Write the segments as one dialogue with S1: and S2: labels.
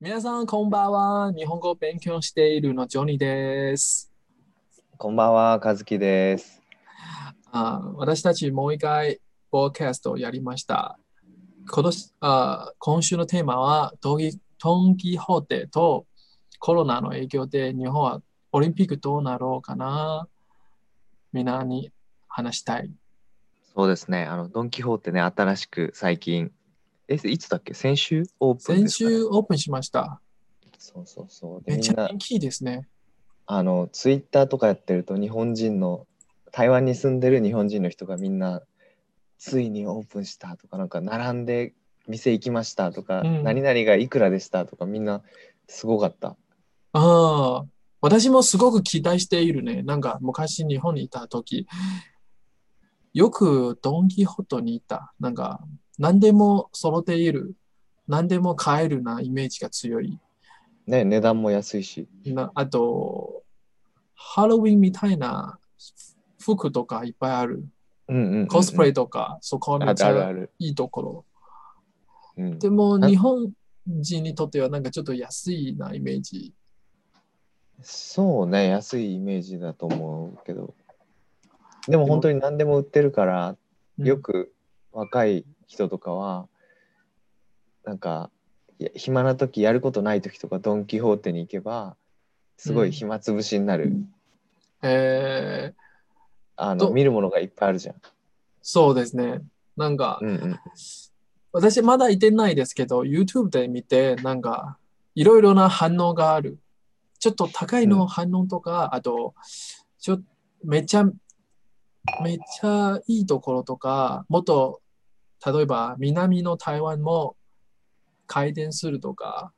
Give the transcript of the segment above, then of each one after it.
S1: 皆さん、こんばんは。日本語を勉強しているのジョニーです。
S2: こんばんは、和樹です。
S1: あ私たちもう一回、ポーキャストをやりました。今年あ今週のテーマは、ドギドン・キホーテとコロナの影響で日本はオリンピックどうなろうかな。みんなに話したい。
S2: そうですね、あのドンキホーテね、新しく最近。え、いつだっけ、先週オープンで
S1: 先
S2: すかね、
S1: 週オープンしました。
S2: そうそうそう。で、
S1: めっ
S2: み
S1: ち
S2: ん
S1: ゃ
S2: な、
S1: 人気ですね。
S2: あのツイッターとかやってると、日本人の。台湾に住んでる日本人の人がみんな。ついにオープンしたとか、なんか並んで。店行きましたとか、
S1: うん
S2: 何々がいくらでしたとか、みんな。すごかった。
S1: ああ、私もすごく期待しているね。なんか昔日本にいた時、よくドン・キホーテにいた。なんか何でも揃っている。何でも買えるなイメージが強い。
S2: ね、値段も安いし。
S1: な、あと、ハロウィンみたいな服とかいっぱいある。
S2: うんうんうんうん
S1: コスプレとか、そこめ
S2: あ
S1: っち
S2: るある
S1: ゃ
S2: ある。
S1: いいところ。
S2: うん
S1: でも
S2: あ
S1: 日本人にとってはなんかちょっと安いなイメージ。
S2: そうね、安いイメージだと思うけど。でも本当に何でも売ってるから、
S1: うん
S2: よく若い人とかは、なんか、いや暇な時やることない時とか、ドン・キホーテに行けば、すごい暇つぶしになる。
S1: えー
S2: あの
S1: ど
S2: 見るものがいっぱいあるじゃん。
S1: そうですね。なんか、
S2: うんうん、
S1: 私まだ行ってないですけど、YouTube で見て、なんか、いろいろな反応がある。ちょっと高いの反応とか、あと、ちょ、めちゃ、めちゃいいところとか、もっと、例えば南の台湾も開店するとか、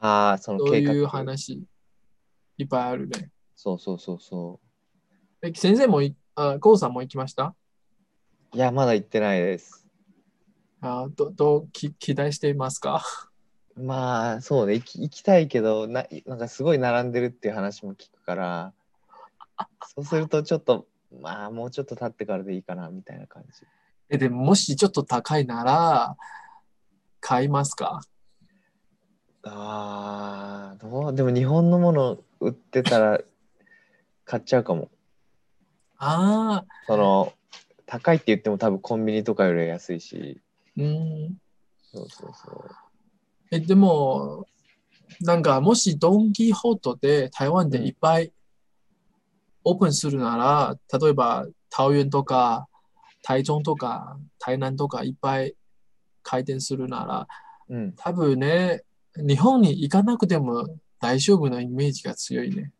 S2: ああ、その
S1: そう
S2: 計画。
S1: いう話、いっぱいあるね。
S2: そうそうそうそ
S1: え先生もい、あ、ゴーさんも行きました
S2: う。いや、まだ行ってないです。
S1: あど、どうき期待していますか
S2: まあ、そうね、行き行きたいけどな、なんかすごい並んでるっていう話も聞くから、そうするとちょっと、まあ、もうちょっと経ってからでいいかな、みたいな感じ。
S1: え、でも、もしちょっと高いなら、買いますか
S2: ああ、どうでも日本のもの売ってたら買っちゃうかも。
S1: ああ、
S2: その、高いって言っても多分コンビニとかよりは安いし、
S1: うん。
S2: そうそうそう。
S1: え、でも、なんか、もしドン・キホートで台湾でいっぱいオープンするなら、例えば、桃園とか、台中とか、台南とかいっぱい開店するなら、
S2: うん、
S1: 多分ね、日本に行かなくても大丈夫なイメージが強いね。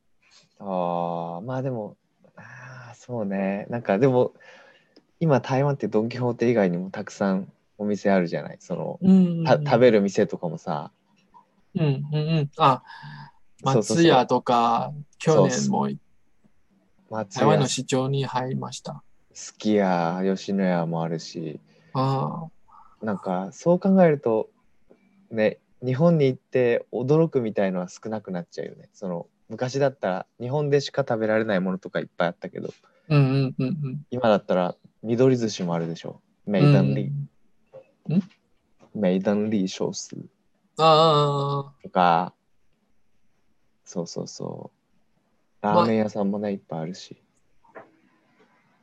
S2: ああ、まあでも、ああ、そうね。なんかでも、今台湾ってドン・キホーテ以外にもたくさんお店あるじゃない。その、
S1: うん。
S2: た食べる店とかもさ、
S1: うんうんうん。あ、
S2: そうそうそう
S1: 松屋とか、去年も
S2: 松
S1: 台湾
S2: 屋
S1: の、市場に入りました。
S2: すき家、吉野家もあるし、
S1: あ
S2: なんかそう考えると、ね、日本に行って驚くみたいのは少なくなっちゃうよね。その、昔だったら日本でしか食べられないものとかいっぱいあったけど、
S1: あ、うんうんうんうん。
S2: 今だったら緑寿司もあるでしょ。メ
S1: う
S2: イダンリ
S1: ん、
S2: ー、メイダンリー少数。
S1: ああ、
S2: とか、そうそうそう。ラーメン屋さんもね、いっぱいあるし。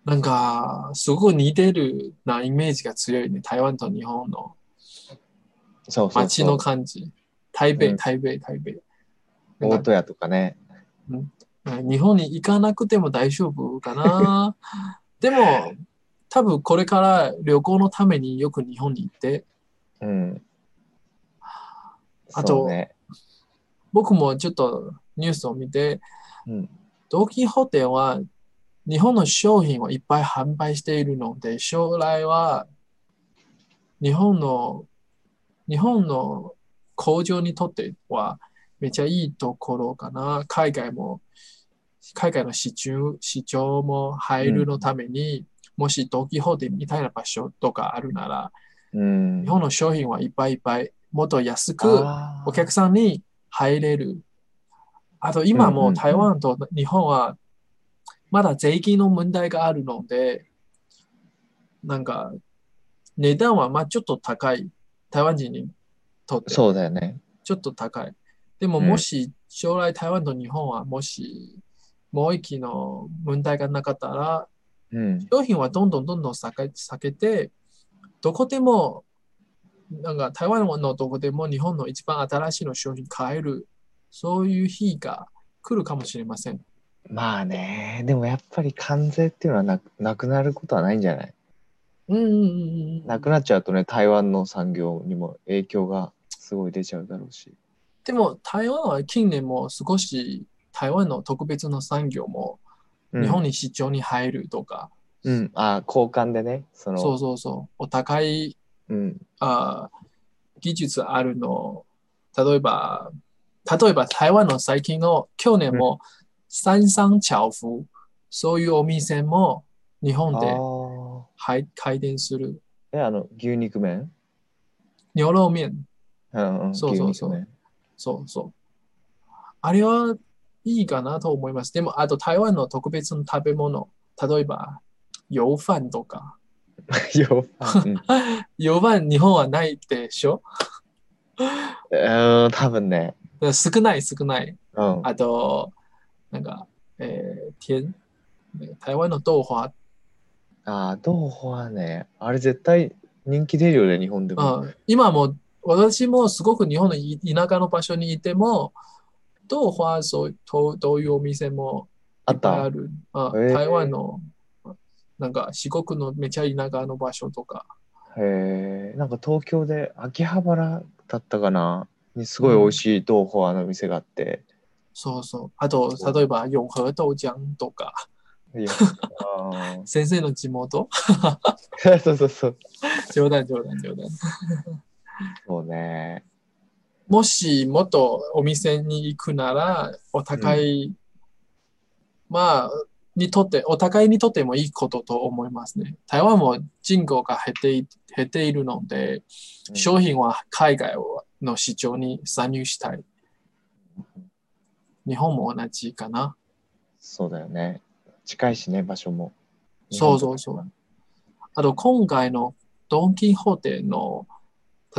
S1: なんか、すごく似てるなイメージが強いね。台湾と日本の
S2: そうそう
S1: 街
S2: そ
S1: の
S2: う。
S1: 感じ。台
S2: う
S1: 北、
S2: ん
S1: 台北、台北。な
S2: 大
S1: んか
S2: 戸屋とかね。
S1: 日本に行かなくても大丈夫か な。でも、多分これから旅行のためによく日本に行って、
S2: うん。
S1: あと
S2: そうね。
S1: 僕もちょっとニュースを見て、
S2: うん。
S1: ドンキホーテは日本の商品をいっぱい販売しているので、将来は日本の、日本の工場にとってはめちゃいいところかな。海外も、海外の市中市場も入るのために、もしドンキホーテみたいな場所とかあるなら、
S2: うん
S1: 日。本の商品はいっぱいいっぱい、もっと安く、
S2: あー
S1: お客さんに入れる。あと今も
S2: うん
S1: う台湾と日本はまだ税金の問題があるので、なんか値段はまあちょっと高い。台湾人にとって。
S2: そうだよね。
S1: ちょっと高い。でも
S2: うん
S1: もし将来台湾と日本はもし貿易の問題がなかったら、
S2: うん。
S1: 商品はどんどんどんどん避け避けて、どこでも、なんか台湾のどこでも日本の一番新しいの商品買える、そういう日が来るかもしれません。
S2: まあね、でもやっぱり関税っていうのはなくなくなることはないんじゃない
S1: うんうんうんうん。
S2: なくなっちゃうとね、台湾の産業にも影響がすごい出ちゃうだろうし。
S1: でも台湾は近年も少し台湾の特別な産業も
S2: うん
S1: 日本に市場に入るとか、
S2: うん。あー交換でね、その、
S1: そうそうそう、お互い
S2: うん。
S1: あー技術あるの、例えば、例えば台湾の最近の去年も三三調布、そういうお店も日本
S2: あ
S1: で
S2: ー
S1: はい開店する。
S2: え、あの、牛肉麺
S1: 牛肉麺、
S2: うんうん、
S1: そうそうそう
S2: 牛肉
S1: そうそう。あれはいいかなと思います。でも、あと台湾の特別な食べ物、例えば、油飯とか。
S2: 麺。 よ、 うん、
S1: 油飯、日本はないでしょ
S2: うん、多分ね。
S1: 少ない少ない。
S2: うん。
S1: あと、なんか、えー、天、台湾の豆花、
S2: ああ、豆腐はね、あれ絶対人気出るよね、日本でも。
S1: うん、今も、私もすごく日本のい田舎の場所にいても、豆花、そう、とどういうお店も
S2: あ
S1: い
S2: っ
S1: っぱい
S2: た
S1: ある。あ
S2: へー
S1: 台湾の、なんか四国のめちゃ田舎の場所とか。
S2: へえ、なんか東京で秋葉原だったかな、にすごい美味しい豆腐はの店があって。
S1: そうそう。あと、
S2: そう
S1: 例えば、永和豆浆とか、
S2: いやあ
S1: 先生の地元
S2: ー そうそうそう。
S1: 冗談冗談冗談。
S2: そうね。
S1: もしもっとお店に行くなら、お互い、まあ、にとって、お互いにとってもいいことと思いますね。台湾も人口が減ってい減っているので、
S2: うん
S1: 商品は海外の市場に参入したい。日本も同じかな。
S2: そうだよね。近いしね、場所も。
S1: そうそうそう。あと、今回のドン・キホーテの、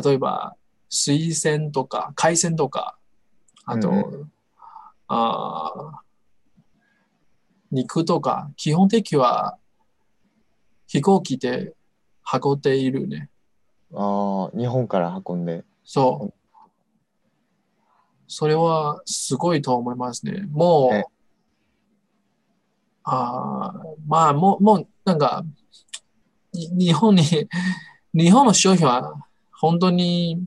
S1: 例えば、水鮮とか、海鮮とか、あと、
S2: うんう
S1: あー肉とか、基本的は飛行機で運んでいるね。
S2: ああ、日本から運んで。
S1: そう。それはすごいと思いますね。も
S2: ええ
S1: う、あーまあ、もう、もう、なんか、に日本に、 日本の商品は本当に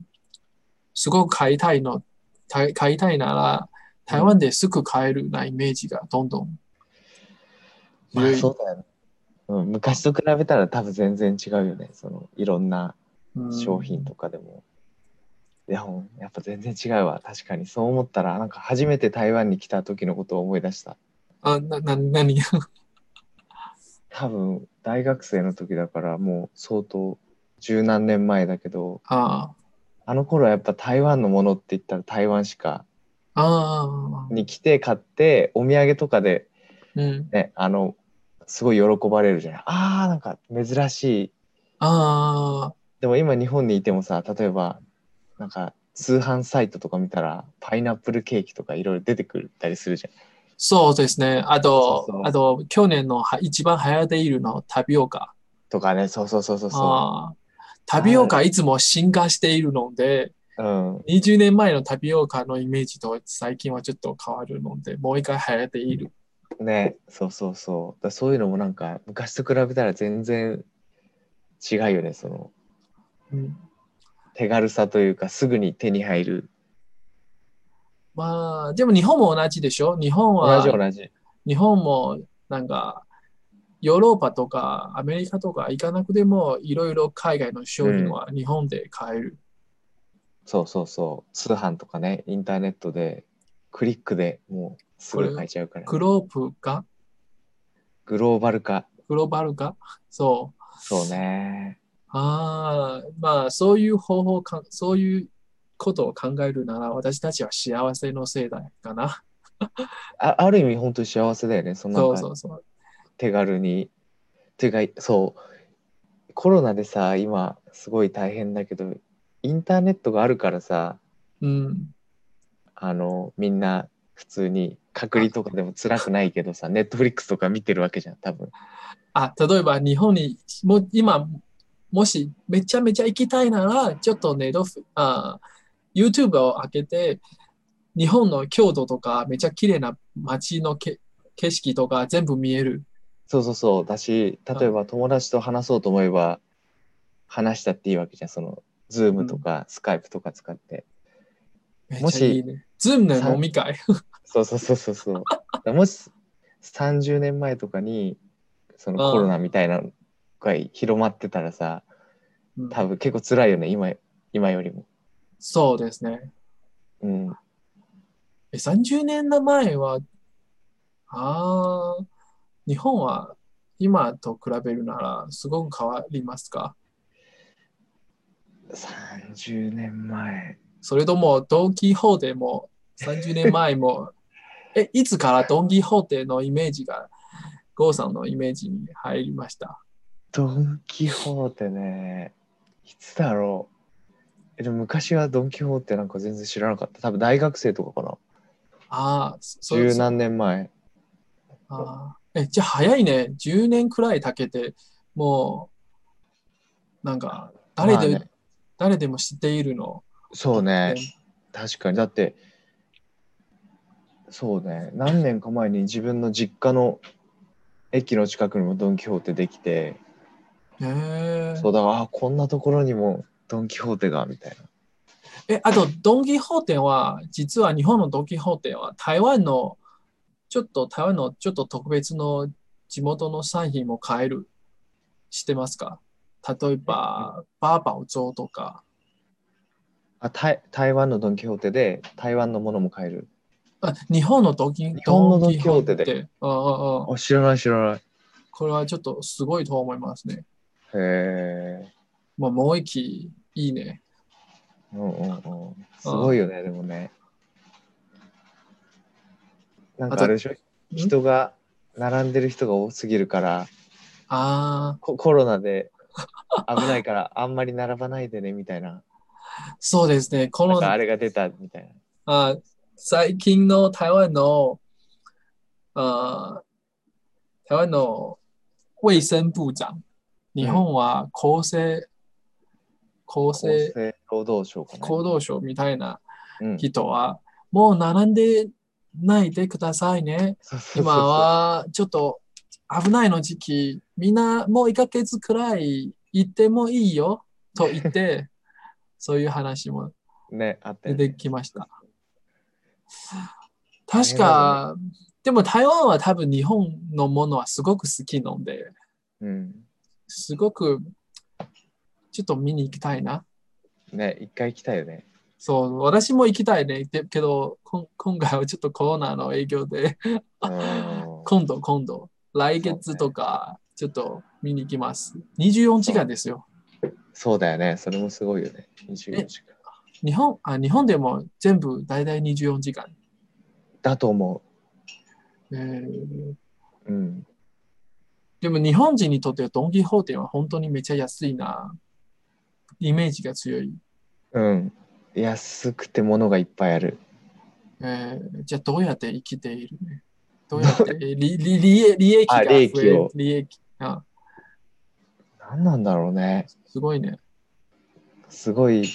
S1: すごく買いたいの、買い買いたいなら、台湾ですぐ買えるなイメージがどんどん。
S2: まあ、
S1: い
S2: そうだよね。うん、昔と比べたら多分全然違うよね。そのいろんな
S1: うん
S2: 商品とかでも。いや、もうやっぱ全然違うわ。確かに。そう思ったら、なんか初めて台湾に来た時のことを思い出した。
S1: あ、な、な、なに
S2: 多分、大学生の時だから、もう相当十何年前だけど、
S1: あ
S2: あの頃はやっぱ台湾のものって言ったら台湾しか
S1: あ、ああ、
S2: に来て買って、お土産とかで
S1: うん、
S2: ね、あの、すごい喜ばれるじゃない。あー、なんか珍しい。
S1: ああ、
S2: でも今日本にいてもさ、例えば、なんか通販サイトとか見たら、パイナップルケーキとかいろいろ出てくるたりするじゃん。
S1: そうですね。あと、
S2: そうそう
S1: あと、去年のは一番流行っているのはタピオカ。
S2: とかね、そうそうそうそうそ
S1: あータピオカいつも進化しているので、
S2: う。うん。
S1: 20年前のタピオカのイメージと最近はちょっと変わるので、もう一回流行っている。
S2: ね、そうそうそう。だからそういうのもなんか、昔と比べたら全然違うよね、その、
S1: うん、
S2: 手軽さというか、すぐに手に入る。
S1: まあ、でも日本も同じでしょ日本
S2: 同
S1: は
S2: じ、同じ。
S1: 日本もなんか、ヨーロッパとかアメリカとか行かなくても、いろいろ海外の商品は日本で買える。
S2: そうそうそう。通販とかね、インターネットで、クリックでもう、すぐ買えちゃうから、
S1: グロープか
S2: グローバル化。
S1: グローバルかそう。
S2: そうね。
S1: ああ、まあ、そういう方法か、そういうことを考えるなら、私たちは幸せの世代かな。
S2: あある意味、本当に幸せだよね。そんな
S1: そ
S2: ん
S1: う
S2: か
S1: そうそう。
S2: 手軽に。というか、そう、コロナでさ、今、すごい大変だけど、インターネットがあるからさ、
S1: うん。
S2: あのみんな普通に隔離とかでも辛くないけどさネットフリックスとか見てるわけじゃん多分
S1: あ、例えば日本にも今、もしめちゃめちゃ行きたいなら、ちょっとネットフあ、YouTube を開けて、日本の京都とかめちゃ綺麗な街のけ景色とか全部見える。
S2: そうそうそうだし例えば友達と話そうと思えば話したっていいわけじゃんそのズームとかスカイプとか使って、
S1: め
S2: も
S1: っ
S2: し
S1: ちゃいいね。ズームの飲み会。
S2: そうそうそうそうそうだからもし30年前とかにその
S1: うん
S2: コロナみたいなのが広まってたらさ
S1: うん
S2: 多分結構辛いよね今今よりも
S1: そうですね。
S2: うん
S1: え30年前は、ああ、日本は今と比べるならすごく変わりますか
S2: 30年前
S1: それともドン・キホーテも30年前も、 え、いつからドン・キホーテのイメージが、ゴーさんのイメージに入りました。
S2: ドン・キホーテねいつだろうえでも昔はドン・キホーテなんか全然知らなかった多分大学生とかかな
S1: ああ、そ
S2: 十
S1: う
S2: 何年前
S1: あーえ、じゃあ早いね。10年くらいかけて、もう、なんか、誰で、
S2: まあね
S1: 誰でも知っているの。
S2: そうね
S1: ね
S2: 確かにだってそうね何年か前に自分の実家の駅の近くにもドン・キホーテできて
S1: へえ。
S2: そうだあこんなところにもドン・キホーテがみたいな
S1: え、あと、ドン・キホーテは、実は日本のドン・キホーテは、台湾の、ちょっと台湾のちょっと特別の地元の産品も買える。知ってますか例えば、バーバオゾウとか、
S2: あ台台湾のドン・キホーテで台湾のものも買える
S1: あ日本のドン・キ
S2: 日本のドン
S1: キ
S2: キ
S1: ホ
S2: ホ
S1: ー
S2: ー
S1: テ
S2: テ
S1: で
S2: で
S1: うんうんうん
S2: あ知らない知らない
S1: これはちょっとすごいと思いますね。
S2: へえ
S1: まあ、もう一期いいね。
S2: うんうんうんすごいよねでもねなんかあれでしょ人が並んでる人が多すぎるから
S1: あ
S2: ココロナで危ないから あんまり並ばないでねみたいな
S1: あ、そうですね。こ
S2: なん
S1: の
S2: かあれが出たみたいな。
S1: あ最近の台湾のあ台湾の衛生部長、日本は厚生、厚
S2: 厚
S1: 生
S2: 生労働省かな。
S1: 行動省みたいな
S2: うん、
S1: 人は、もう並んでないでくださいね。
S2: そうそうそう
S1: 今はちょっと危ないの時期、みんなもう1ヶ月くらい行ってもいいよと言って、そういう話も
S2: ねあって、
S1: 出
S2: ね
S1: て、きました。 確か、でも台湾は多分日本のものはすごく好きなので、
S2: うん
S1: すごくちょっと見に行きたいな。
S2: ね一回来たよね。
S1: そう、私も行きたいね。でけど、こん今回はちょっとコロナの影響で、
S2: うん
S1: 今度、今度、来月とか、ちょっと見に行きます。24時間ですよ。
S2: そうだよねそれもすごいよね24時間
S1: 日本あ日本でも全部大体24時間。
S2: だと思
S1: えー
S2: う。うん
S1: でも日本人にとってドン・キホーテは本当にめちゃ安いな。イメージが強い。
S2: うん安くて物がいっぱいある。
S1: えーじゃあどうやって生きているねどうやって利利利利益が
S2: あ
S1: 増え
S2: 利益
S1: る
S2: を
S1: 利益あ
S2: 何なんだろうね
S1: すごいね。
S2: すごい。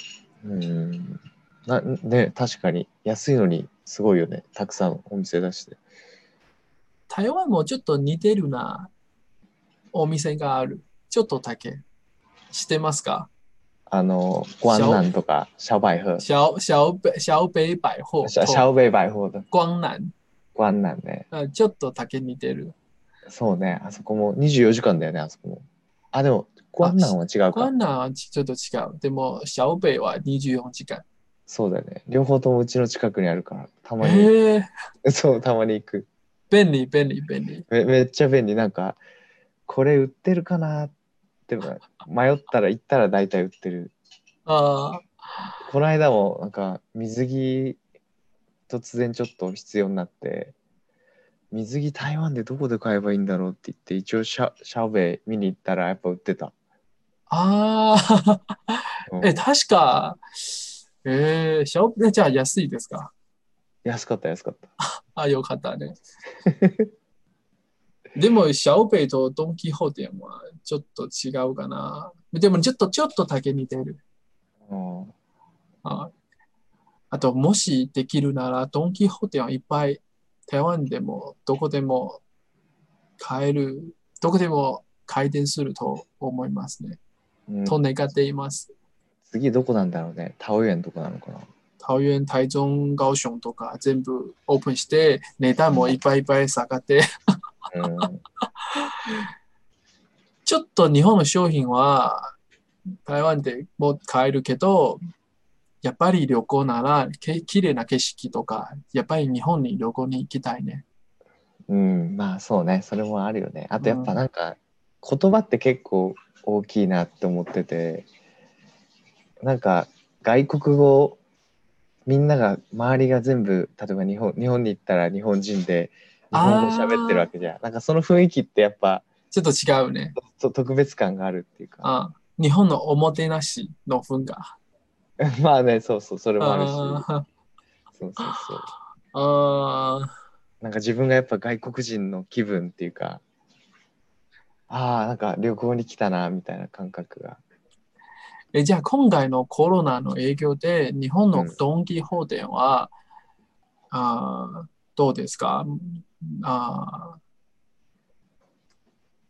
S2: うんなね確かに安いのにすごいよねたくさんお店出して。
S1: 台湾もちょっと似てるなお店がある。ちょっとだけ。知ってますか
S2: あの、グアンナンとか、シャオバイフ。シ
S1: 小小北小北百貨
S2: ャシャオベイバイホーだ。
S1: 光南
S2: グアンナンね。
S1: あちょっとだけ似てる。
S2: そうね、あそこも24時間だよね、あそこも。あ、でも、グアンナンは違う
S1: 光
S2: か。
S1: 南はちょっと違う。でも小北は24時間。
S2: そうだよね。両方ともうちの近くにあるから、たまに、
S1: ええ
S2: そう、たまに行く
S1: 便利、便利、便利。
S2: め。めっちゃ便利。なんか、これ売ってるかなって迷ったら行ったら大体売ってる。
S1: あ
S2: この間も、なんか、水着、突然ちょっと必要になって、水着台湾でどこで買えばいいんだろうって言って、一応シャ、シャオベイ見に行ったらやっぱ売ってた。
S1: あ、ああ、
S2: うん
S1: え、確か、えー、シャオピン、じゃあ安いですか
S2: 安かった安かった。
S1: あ、よかった ね。でも、シャオペイとドン・キホーテはちょっと違うかな。でも、ちょっと、ちょっとだけ似てる。
S2: うん
S1: ああと、もしできるなら、ドン・キホーテはいっぱい台湾でもどこでも買える、どこでも回転すると思いますね。
S2: うん
S1: と願っています。
S2: 次どこなんだろうね。タオ園とかなのかな。
S1: 桃園、台中、高雄とか全部オープンして、値段もいっぱいいっぱい下がって、
S2: うん、
S1: ちょっと日本の商品は台湾でも買えるけど、やっぱり旅行ならけ綺麗な景色とか、やっぱり日本に旅行に行きたいね。
S2: うん、まあそうね。それもあるよね。あとやっ
S1: う
S2: ぱ
S1: ん
S2: なんか、言葉って結構大きいなって思ってて、なんか外国語、みんなが周りが全部例えば日本日本に行ったら日本人で日本語喋ってるわけじゃんなんかその雰囲気ってやっぱ
S1: ちょっと違うね。
S2: と特別感があるっていうか
S1: あ日本のおもてなしの文化。
S2: まあねそうそうそれもあるし
S1: あ
S2: そうそうそう
S1: ーあ
S2: なんか自分がやっぱ外国人の気分っていうか、ああ、なんか旅行に来たな、みたいな感覚が。
S1: ーえじゃあ今回のコロナの影響で日本のドン・キホーテは、あーどうですかあ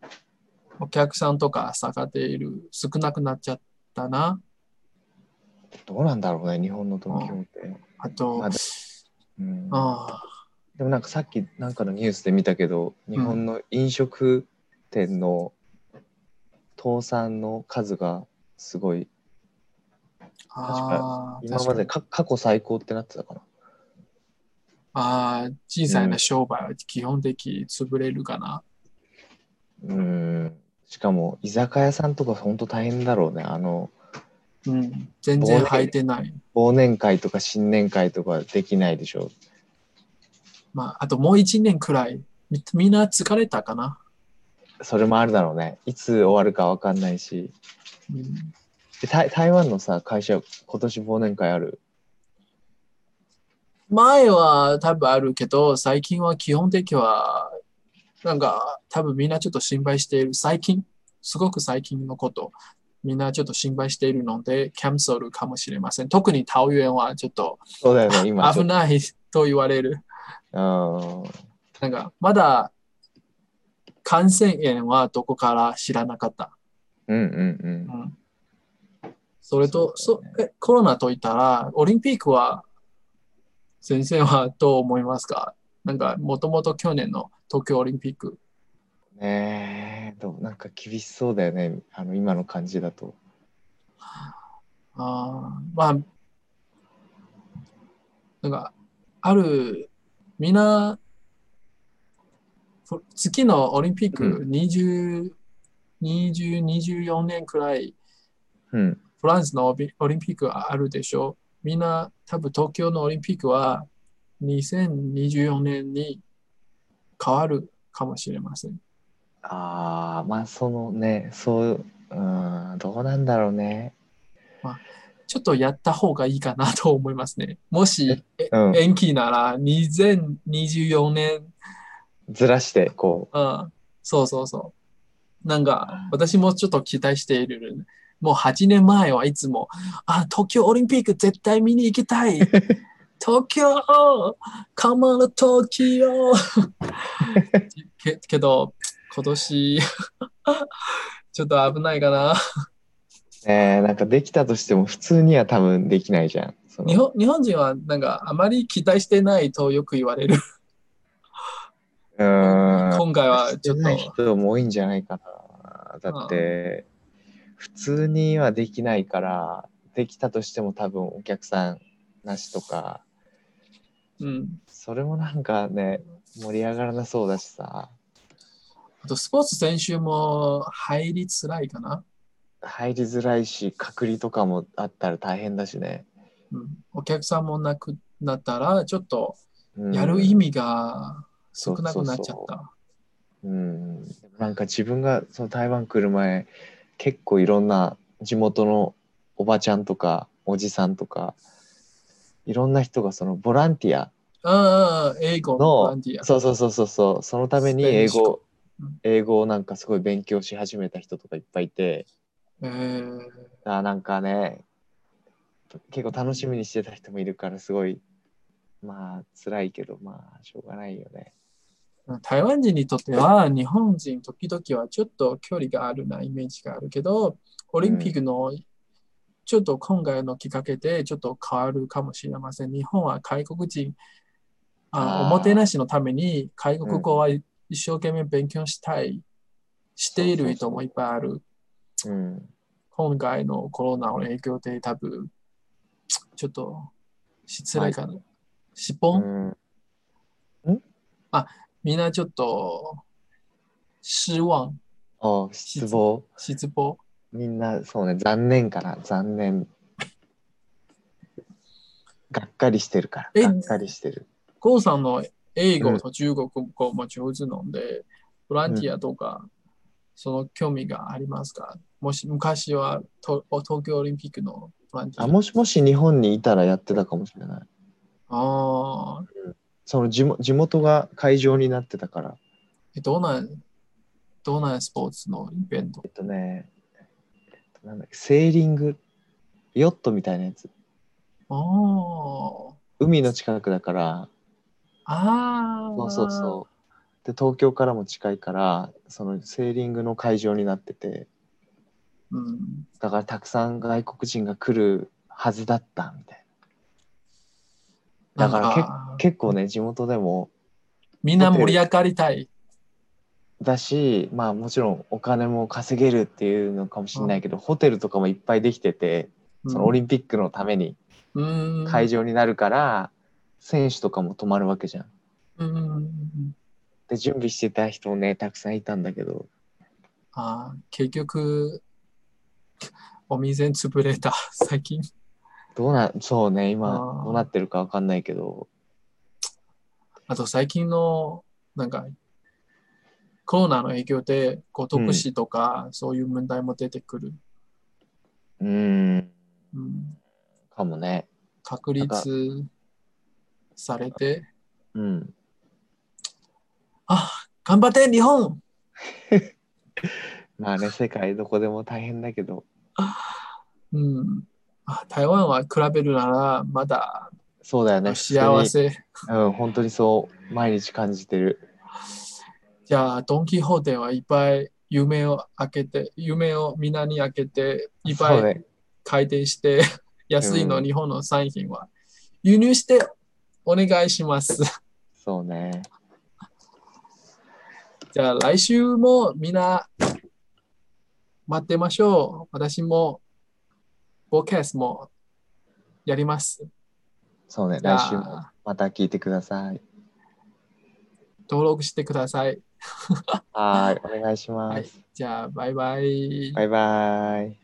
S1: ーお客さんとか下がっている少なくなっちゃったな
S2: どうなんだろうね、日本の東京って。
S1: あと、
S2: まあでうん、
S1: あ
S2: でもなんかさっきなんかのニュースで見たけど、日本の飲食店の倒産の数がすごい、
S1: ーあー
S2: 今まで
S1: 確かに
S2: か過去最高ってなってたかな。
S1: あー小さな商売は基本的潰れるかな、
S2: うん。しかも居酒屋さんとか本当大変だろうね。あの、
S1: うん、全然
S2: 忘年
S1: 履いてない
S2: 忘年会とか新年会とかできないでしょ。
S1: まあ、あともう1年くらい、みみんな疲れたかな。
S2: それもあるだろうね。いつ終わるかわかんないし。
S1: うん
S2: で台台湾のさ、会社、今年忘年会ある。
S1: 前は多分あるけど、最近は基本的は、なんか多分みんなちょっと心配している。最近、すごく最近のこと、みんなちょっと心配しているので、キャンセルかもしれません。特に桃園はちょっと
S2: そうだよね、今
S1: 危
S2: ちょっと。
S1: ないと言われる。
S2: うん
S1: なんかまだ感染源はどこから知らなかった。
S2: うんうん
S1: うんそれと、
S2: そ
S1: そう
S2: だよ
S1: えコロナといったら、オリンピックは、先生はどう思いますかなんか、もともと去年の東京オリンピック。
S2: うん。ねえ、どうなんか厳しそうだよね、あの今の感じだと。
S1: あーまあ、なんか、ある、みんな、ふ次のオリンピック
S2: う
S1: 20、20、24年くらい
S2: うん。
S1: フランスのオリオリンピックはあるでしょう。みんな、多分東京のオリンピックは2024年に変わるかもしれません。
S2: ああ、まあそのね、そう、うん、どうなんだろうね。
S1: ちょっとやった方がいいかなと思いますね。もしえ
S2: うん。
S1: 延期なら2024年、
S2: ずらして、こ
S1: うん、そうそうそう。なんか、私もちょっと期待している。もう8年前はいつも、あ、東京オリンピック絶対見に行きた い。東京カマの東京けけど、今年、 ちょっと危ないかな。
S2: う、ねえ、なんかできたとしても、普通には多分できないじゃん。その
S1: 日本日本人はなんかあまり期待してないとよく言われる。
S2: うん。
S1: 今回はちょっ
S2: してない
S1: と。
S2: 人も多いんじゃないかな。だって、普通にはできないから、できたとしても多分お客さんなしとか、
S1: うん
S2: それもなんかね、盛り上がらなそうだしさ、
S1: あとスポーツ選手も入りづらいかな、
S2: 入りづらいし、隔離とかもあったら大変だしね。
S1: うん。お客さんもなくなったら、ちょっと
S2: うん
S1: やる意味が少なくなっちゃっ
S2: そうそう
S1: た。
S2: うん、なんか自分がその台湾来る前結構いろんな地元のおばちゃんとかおじさんとかいろんな人がそのボランティア
S1: ああ、英語のボラ
S2: の
S1: ンティア。
S2: そうそうそうそうそうそのために
S1: スペイン
S2: 英
S1: 語
S2: 語
S1: うん
S2: 英語をなんかすごい勉強し始めた人とかいっぱいいて
S1: えー、
S2: あーなんかね結構楽しみにしてた人もいるからすごいまあ辛いけどまあしょうがないよね
S1: 台湾人にとっては日本人時々はちょっと距離があるなイメージがあるけど、オリンピックのちょっと今回のきっかけでちょっと変わるかもしれません。日本は外国人、あ
S2: あー
S1: おもてなしのために外国語は一生懸命勉強したい、している人もいっぱいある。
S2: うん
S1: 今回のコロナの影響で多分、ちょっと失礼かな。失
S2: う
S1: 本、
S2: ん
S1: みんなちょっと失望、
S2: あ失望
S1: 失望。
S2: みんなそうね残念かな残念がっかりしてるか
S1: え
S2: らがっかりしてる
S1: 郷さんの英
S2: う
S1: 語
S2: ん
S1: と中国語も上手なので、ボランティアとか、その興味がありますかもし昔はと東京オリンピックのボランティア。
S2: あもしもし日本にいたらやってたかもしれない
S1: あー
S2: その地元地元が会場になってたから
S1: えどんな、どんなスポーツのイベント
S2: えっとねなんだっけセーリングヨットみたいなやつ
S1: あー
S2: 海の近くだから
S1: あー。
S2: そうそうそうで東京からも近いからそのセーリングの会場になってて
S1: う。うん、
S2: だからたくさん外国人が来るはずだったみたいなだから
S1: なん
S2: 結結構ね地元でも
S1: みんな盛り上がりたい。
S2: だしまあもちろんお金も稼げるっていうのかもしれないけど、ホテルとかもいっぱいできててそのオリンピックのために
S1: うん
S2: 会場になるから、選手とかも泊まるわけじゃん。
S1: うん
S2: で準備してた人もねたくさんいたんだけど
S1: あー結局、お店潰れた、 最近。
S2: どうなそうね
S1: あ
S2: 今
S1: ー
S2: どうなってるかわかんないけど
S1: あと最近の、なんか、コロナの影響で、孤独死とか、そういう問題も出てくる。
S2: うーん
S1: うん、
S2: かもね
S1: 確立されて、
S2: うん
S1: あ頑張って、日本
S2: まあ ね世界どこでも大変だけど
S1: うんあ台湾は比べるなら、まだ
S2: そうだよね
S1: 幸せ。
S2: 普通にうん本当にそう毎日感じてる
S1: じゃあ、ドン・キホーテはいっぱい夢を開けて、夢をみんなに開けて、いっぱ
S2: そう
S1: い
S2: ね
S1: 回転して、 安いの
S2: うん
S1: 日本の産品は輸入してお願いします。
S2: そうね
S1: じゃあ来週もみんな待ってましょう。私もボケースもやります。
S2: そうね
S1: じゃあ
S2: 来週もまた聞いてください
S1: 登録してください。
S2: はいお願いします、
S1: はいじゃあバイバイ。
S2: バイバイ